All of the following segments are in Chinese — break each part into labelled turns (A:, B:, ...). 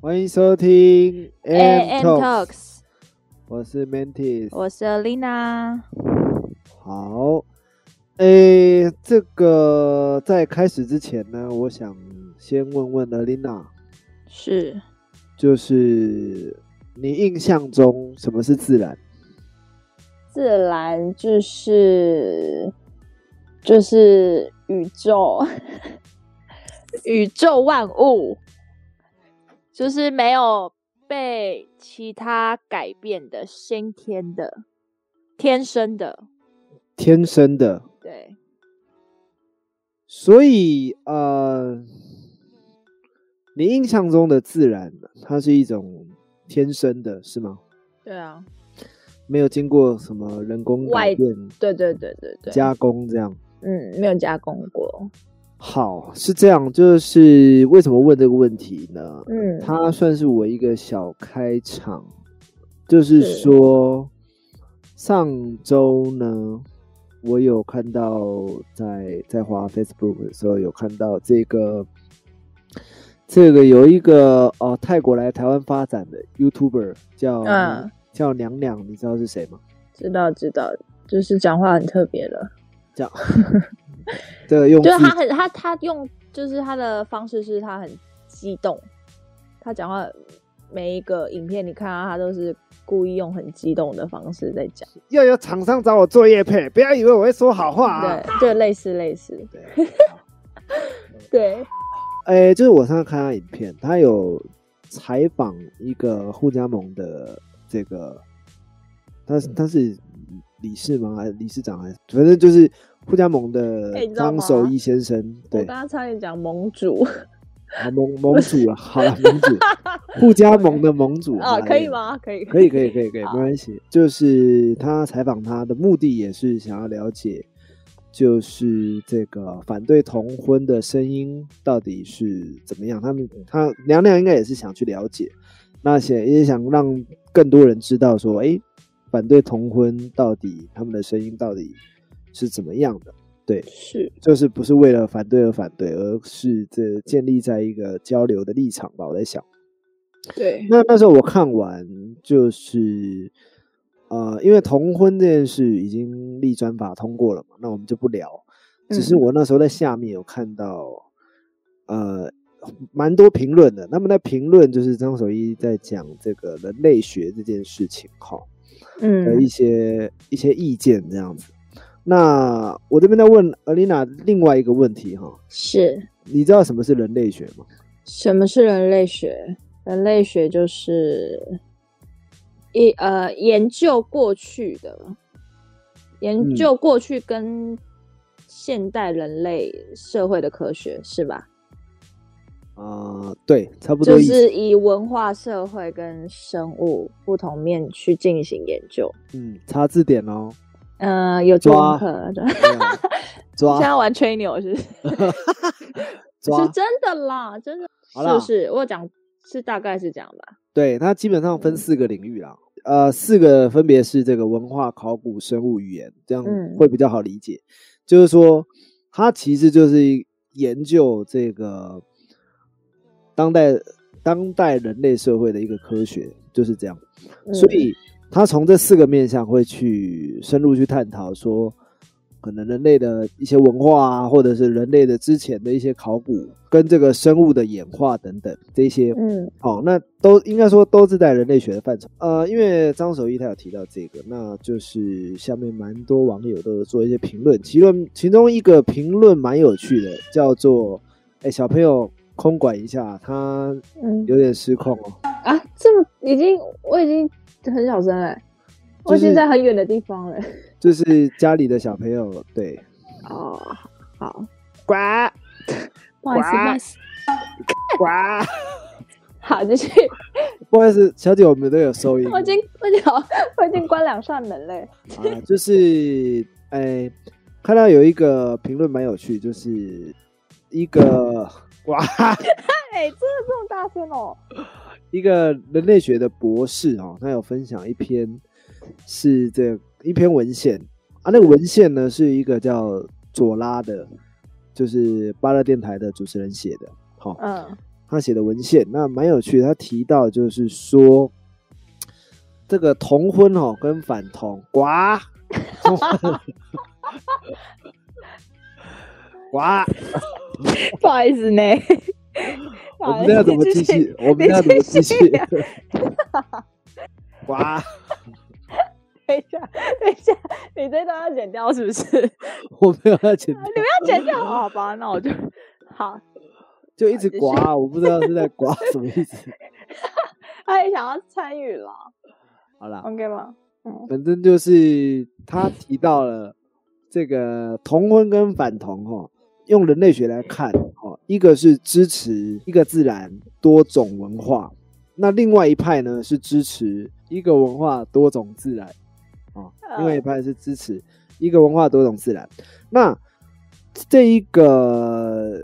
A: 欢迎收听 Talks，
B: AM 哎 Talks，
A: 我是 Mantis。
B: 我是 Lina。
A: 好，诶，这个在开始之前呢，我想先问问 Alina，
B: 是
A: 就是你印象中什么是自然？
B: 自然就是就是宇宙， 宇宙万物，就是没有被其他改变的，先天的，天生的，
A: 天生的，
B: 对，
A: 所以呃，你印象中的自然，它是一种天生的，是吗？
B: 对啊，
A: 没有经过什么人工改
B: 外
A: 变、
B: 对对对对对，
A: 加工这样。
B: 嗯，没有加工过，
A: 好，是这样，就是为什么问这个问题呢？
B: 嗯，
A: 它算是我一个小开场，就是
B: 是
A: 说上周呢，我有看到在在滑 Facebook 的时候有看到这个这个有一个呃泰国来台湾发展的 YouTuber 叫、
B: 嗯
A: 叫娘娘，你知道是谁吗？
B: 知道知道，就是讲话很特别了。
A: 叫这个用
B: 就是
A: 字
B: 他很他他用就是他的方式是他很激动，他讲话每一个影片你看到他都是故意用很激动的方式在讲，
A: 又有厂商找我做业配，不要以为我会说好话啊！
B: 对，就类似类似，
A: 对，啊
B: 对，
A: 哎、就是我上次看他影片，他有采访一个互加盟的这个，他
B: 嗯
A: 是他是理事吗？还是理事长？还是反正就是互加盟的
B: 哎你知道
A: 张
B: 吗
A: 守义先生，
B: 我
A: 对，
B: 刚刚差点讲盟主，
A: 好盟盟主啊，好了，盟 主，互加盟的盟主
B: 啊，可以？
A: 哎
B: 吗？可以，
A: 可以，可以，可以，可以，没
B: 好
A: 关系。就是他采访他的目的也是想要了解，就是这个反对同婚的声音到底是怎么样。他们他娘娘应该也是想去了解，那些也想让更多人知道说，诶，反对同婚到底他们的声音到底是怎么样的。
B: 是，
A: 就是不是为了反对而反对，而是这建立在一个交流的立场吧。我在想。
B: 对，
A: 那那时候我看完，就是呃，因为同婚这件事已经立专法通过了嘛，那我们就不聊。只是
B: 嗯
A: 我那时候在下面有看到，呃，蛮多评论的。他们在评论就是张守一在讲这个人类学这件事情哈的
B: 嗯
A: 一，些、一些意见这样子。那我这边在问 Alina 另外一个问题哈，
B: 是
A: 你知道什么是人类学吗？
B: 什么是人类学？人类学就是一呃研究过去的，研
A: 嗯
B: 究过去跟现代人类社会的科学是吧？
A: 啊、对，差不多
B: 就
A: 意思。
B: 是以文化、社会跟生物不同面去进行研究。
A: 嗯，查字典哦。
B: 呃，有
A: 抓
B: 综合的，
A: 对啊
B: 现
A: 抓
B: 在玩吹牛是不是？
A: 抓
B: 是，真的啦，真的
A: 好
B: 是
A: 啦
B: 不是？我有讲是大概是这样吧？
A: 对它基本上分四个领域啦，呃，四个分别是这个文化、考古、生物、语言，这样
B: 嗯
A: 会比较好理解。就是说，它其实就是研究这个当代当代人类社会的一个科学，就是这样。
B: 嗯
A: 所以他从这四个面向会去深入去探讨说，可能人类的一些文化啊，或者是人类的之前的一些考古，跟这个生物的演化等等这些，
B: 嗯，嗯，
A: 哦，那都应该说都是在人类学的范畴。呃，因为张守一他有提到这个，那就是下面蛮多网友都有做一些评论，其论其中一个评论蛮有趣的，叫做“哎，小朋友空管一下，他
B: 嗯
A: 有点失控哦。”
B: 啊，这么已经我已经很小声了，我已
A: 就
B: 经
A: 是
B: 在很远的地方了。
A: 就是家里的小朋友对
B: 哦，好，
A: 管
B: 不好意思，不好意思，
A: 管，
B: 好，继续。
A: 不好意思，小姐，我们都有收音
B: 我已经， 我已经好，我已经关两扇门嘞。
A: 啊，就是哎、看到有一个评论蛮有趣，就是一个哇。
B: 哎，真的这么大声哦？
A: 一个人类学的博士哦，他有分享一篇是这一篇文献啊，那个文献呢是一个叫佐拉的，就是巴勒电台的主持人写的。好、
B: 嗯，
A: 他写的文献，那蛮有趣的。他提到就是说，这个同婚哦跟反同， 呱，呱，
B: 不好意思呢。 不
A: 我
B: 好
A: 们
B: 意
A: 这要
B: 思
A: 怎么
B: 继
A: 继
B: 续
A: 续？我
B: 你
A: 们这要怎么
B: 继
A: 继
B: 续
A: 续
B: 聊？
A: 呱，
B: 等一下，等一下，你这段要剪掉是不是？你
A: 我没有要剪掉，
B: 们要剪掉，好 吧？那我就好。
A: 就一直
B: 继续
A: 呱，我不知道是在呱什么意思。
B: 他也想要参与了
A: 好啦，
B: ，OK 吗？
A: 反正就是他提到了这个同婚跟反同哈、哦，用人类学来看哦，一个是支持一个自然多种文化，那另外一派呢是支持一个文化多种自然哦，另外一
B: 呃
A: 派是支持一个文化多种自然。那这一个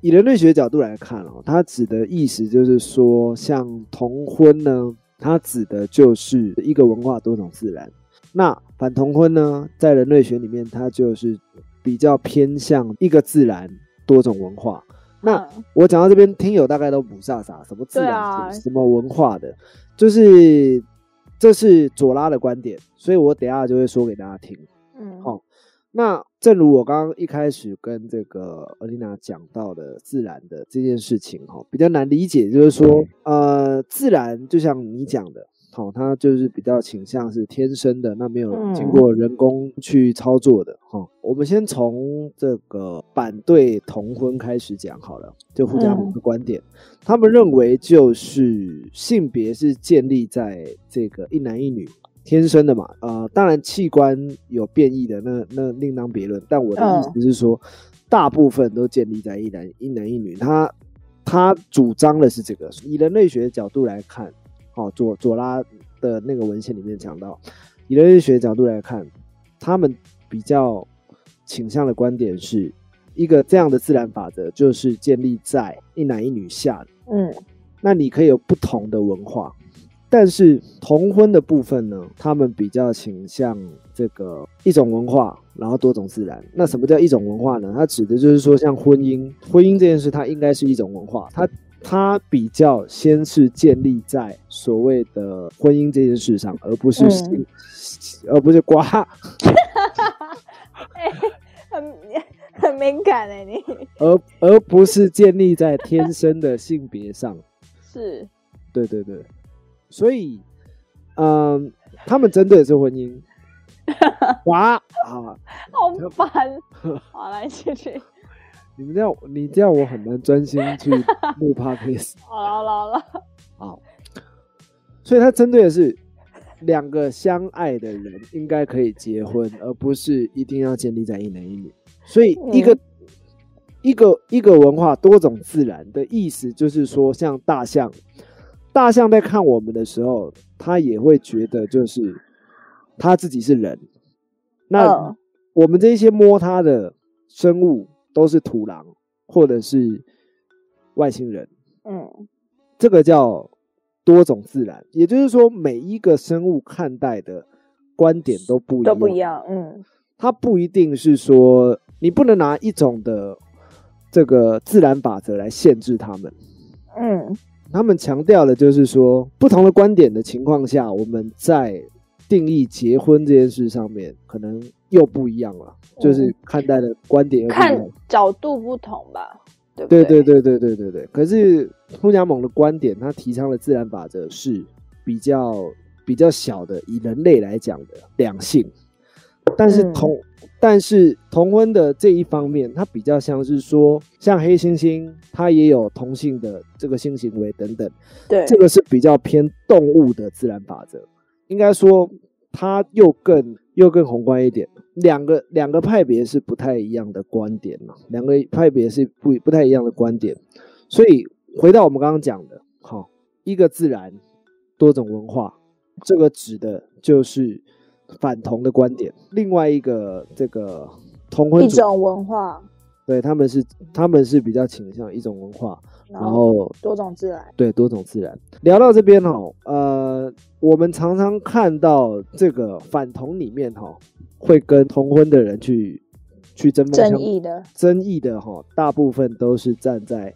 A: 以人类学角度来看哦，它指的意思就是说，像同婚呢，它指的就是一个文化多种自然。那反同婚呢，在人类学里面，它就是比较偏向一个自然多种文化。那
B: 嗯
A: 我讲到这边，听友大概都不飒飒，什么自
B: 对
A: 然、
B: 啊
A: 什么文化的，就是这是左拉的观点，所以我等一下就会说给大家听。
B: 嗯，
A: 好那正如我刚刚一开始跟这个尔丽娜讲到的自然的这件事情哈、比较难理解，就是说，呃，自然就像你讲的，好、它就是比较倾向是天生的，那没有经
B: 嗯
A: 过人工去操作的哈、我们先从这个反对同婚开始讲好了，就互加盟的观点，他们认为就是性别是建立在这个一男一女天生的嘛，呃，当然器官有变异的，那那另当别论。但我的
B: 嗯
A: 意思是说，大部分都建立在一男一男一女。他他主张的是这个，以人类学角度来看，哦，左左拉的那个文献里面讲到，以人类学角度来看，他们比较倾向的观点是一个这样的自然法则，就是建立在一男一女下的
B: 嗯
A: 那你可以有不同的文化，但是同婚的部分呢，他们比较倾向这个一种文化，然后多种自然。那什么叫一种文化呢？它指的就是说，像婚姻，婚姻这件事，它应该是一种文化，它它比较先是建立在所谓的婚姻这件事上，而不是
B: 嗯
A: 性，而不是瓜，
B: 哎、很 很敏感哎、你
A: 而而不是建立在天生的性别上。
B: 是
A: 对对对，所以，嗯，他们针对的是婚姻。哇啊！
B: 好 烦。好，来继续。
A: 你们这样，你这样我很难专心去录 podcast。
B: 好了好了好了，
A: 所以他针对的是两个相爱的人应该可以结婚，而不是一定要建立在一男一女。所以一个、一个一个文化多种自然的意思，就是说，像大象，大象在看我们的时候，它也会觉得就是它自己是人。那
B: 嗯
A: 我们这些摸它的生物都是土狼或者是外星人。
B: 嗯
A: 这个叫多种自然，也就是说，每一个生物看待的观点都不一
B: 都
A: 样，
B: 不一样，嗯
A: 它不一定是说你不能拿一种的这个自然法则来限制他们。
B: 嗯
A: 他们强调的就是说，不同的观点的情况下，我们在定义结婚这件事上面，可能又不一样了，就是看待的观点又不一
B: 哦看
A: 样。
B: 角度不同吧，对
A: 嗯
B: 不
A: 对
B: 对
A: 对对对对对对。可是互加盟的观点，他提倡的自然法则是比较比较小的，以人类来讲的两性。但是
B: 嗯
A: 同、但是同婚的这一方面，它比较像是说，像黑猩猩，它也有同性的这个性行为等等，
B: 对
A: 这个是比较偏动物的自然法则。应该说，它又更又更宏观一点。两个两个派别是不太一样的观点嘛，两个派别是不不太一样的观点，所以回到我们刚刚讲的，好、一个自然，多种文化，这个指的就是反同的观点。另外一个这个同婚
B: 一
A: 主，
B: 种文化，
A: 对他们是他们是比较倾向一种文化，
B: 然
A: 然
B: 后
A: 后
B: 多种自然，
A: 对，多种自然。聊到这边哦，呃，我们常常看到这个反同里面哈、会跟同婚的人去去争锋
B: 正
A: 相
B: 义的，
A: 哦争议的哈、大部分都是站在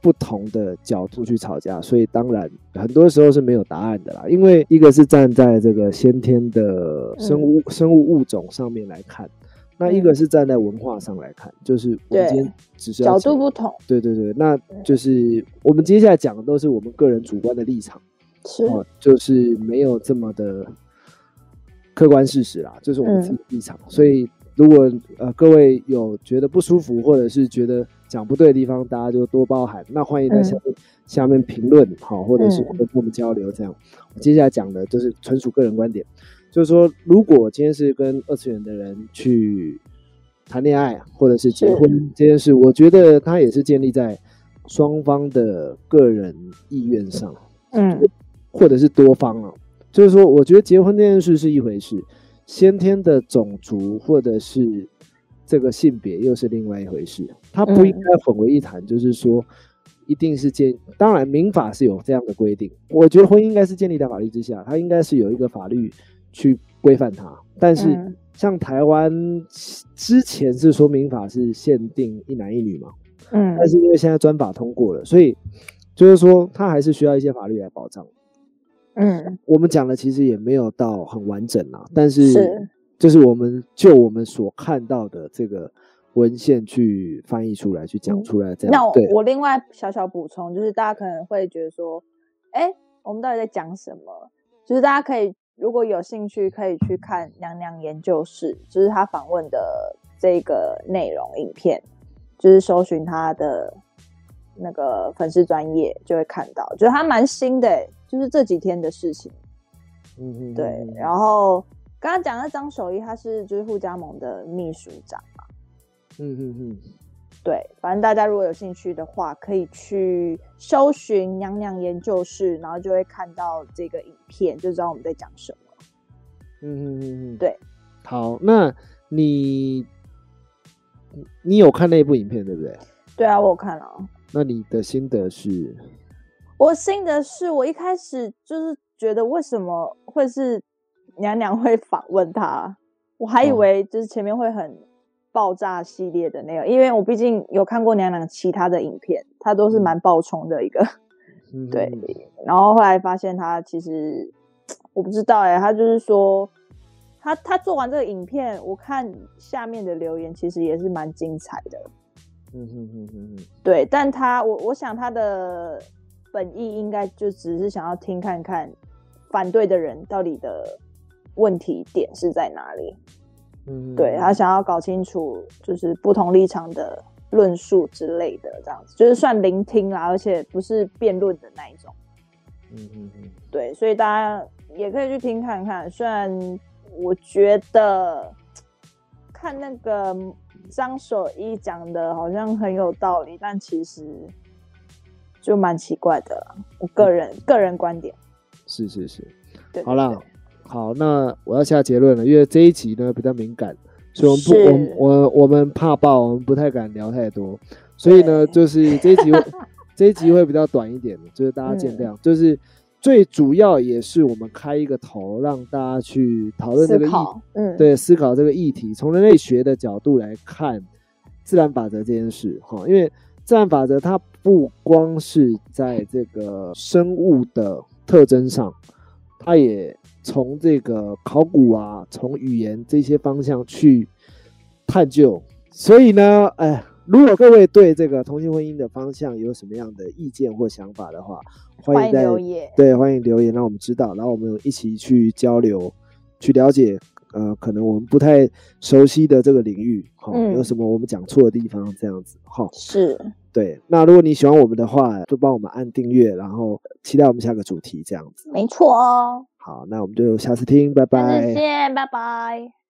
A: 不同的角度去吵架，所以当然很多时候是没有答案的啦。因为一个是站在这个先天
B: 嗯
A: 的生物、生物物种上面来看，那一个是站在文化上来看，就是我们
B: 对
A: 今天只是要
B: 角
A: 讲
B: 度不同，
A: 对对对，那就是我们接下来讲的都是我们个人主观的立场，
B: 是
A: 哦，就是没有这么的客观事实啦，就是我们自
B: 嗯
A: 己的立场。所以如果呃各位有觉得不舒服，或者是觉得讲不对的地方，大家就多包涵。那欢迎在下面、下面评论，好、或者是
B: 嗯
A: 跟我们交流。这样，我接下来讲的就是纯属个人观点，就是说，如果今天是跟二次元的人去谈恋爱，或者是结
B: 是
A: 婚这件事，我觉得它也是建立在双方的个人意愿上。
B: 嗯
A: 或者是多方啊。就是说，我觉得结婚这件事是一回事，先天的种族或者是这个性别又是另外一回事，它不应该混为一谈。就是说，一定是建，当然民法是有这样的规定，我觉得婚姻应该是建立在法律之下，它应该是有一个法律去规范它，但是。
B: 嗯
A: 像台湾之前是说民法是限定一男一女嘛，
B: 嗯
A: 但是因为现在专法通过了，所以就是说它还是需要一些法律来保障。
B: 嗯
A: 我们讲的其实也没有到很完整啦，但是
B: 是
A: 就是我们就我们所看到的这个文献去翻译出来，去讲出来这样。
B: 那我
A: 对，
B: 我另外小小补充，就是大家可能会觉得说，哎，我们到底在讲什么？就是大家可以如果有兴趣，可以去看《娘娘研究室》，就是她访问的这个内容影片，就是搜寻她的那个粉丝专业就会看到，觉得她蛮新的、欸就是这几天的事情。
A: 嗯嗯，
B: 对，
A: 嗯
B: 然后刚刚讲的张守一，他是就是互加盟的秘书长。
A: 嗯嗯嗯，
B: 对，反正大家如果有兴趣的话，可以去搜寻“娘娘研究室”，然后就会看到这个影片，就知道我们在讲什么。
A: 嗯嗯嗯嗯，
B: 对。
A: 好，那你你你有看那部影片对不对？
B: 对啊，我有看了啊。
A: 那你的心得是？
B: 我新的是，我一开始就是觉得为什么会是娘娘会访问他，我还以
A: 哦
B: 为就是前面会很爆炸系列的那个，因为我毕竟有看过娘娘其他的影片，她都是蛮爆冲的一个
A: 嗯
B: 对
A: 嗯嗯，
B: 然后后来发现他其实我不知道哎、他就是说他他做完这个影片，我看下面的留言其实也是蛮精彩的，
A: 嗯嗯嗯嗯嗯，
B: 对，但他我我想他的本意应该就只是想要听看看反对的人到底的问题点是在哪里，
A: 嗯
B: 对他想要搞清楚就是不同立场的论述之类的，这样子就是算聆听啦，而且不是辩论的那一种。
A: 嗯嗯嗯
B: 对，所以大家也可以去听看看。虽然我觉得看那个张守一讲的好像很有道理，但其实就蛮奇怪的啦。我个人个人观点，
A: 是是是，
B: 对，
A: 好
B: 对
A: 啦，好，那我要下结论了，因为这一集呢比较敏感，所以我们
B: 是
A: 不，我们我我们怕爆，我们不太敢聊太多，所以呢，
B: 对
A: 就是这一集 会这一集会比较短一点，就是大家见
B: 嗯
A: 谅，就是最主要也是我们开一个头，让大家去讨
B: 对
A: 论这个
B: 思
A: 议
B: 考，嗯，，
A: 对，思考这个议题，从人类学的角度来看自然法则这件事，哈，因为自然法则它不光是在这个生物的特征上，它也从这个考古啊，从语言这些方向去探究。所以呢，哎，如果各位对这个同性婚姻的方向有什么样的意见或想法的话，欢
B: 欢
A: 迎
B: 迎
A: 在
B: 留言，
A: 对，欢迎留言让我们知道，然后我们一起去交流，去了解，呃，可能我们不太熟悉的这个领域，好、
B: 嗯
A: 有什么我们讲错的地方，这样子，好、
B: 是，
A: 对。那如果你喜欢我们的话，就帮我们按订阅，然后期待我们下个主题这样子。
B: 没错哦。
A: 好，那我们就下次听，拜
B: 下
A: 拜
B: 次。见，拜拜。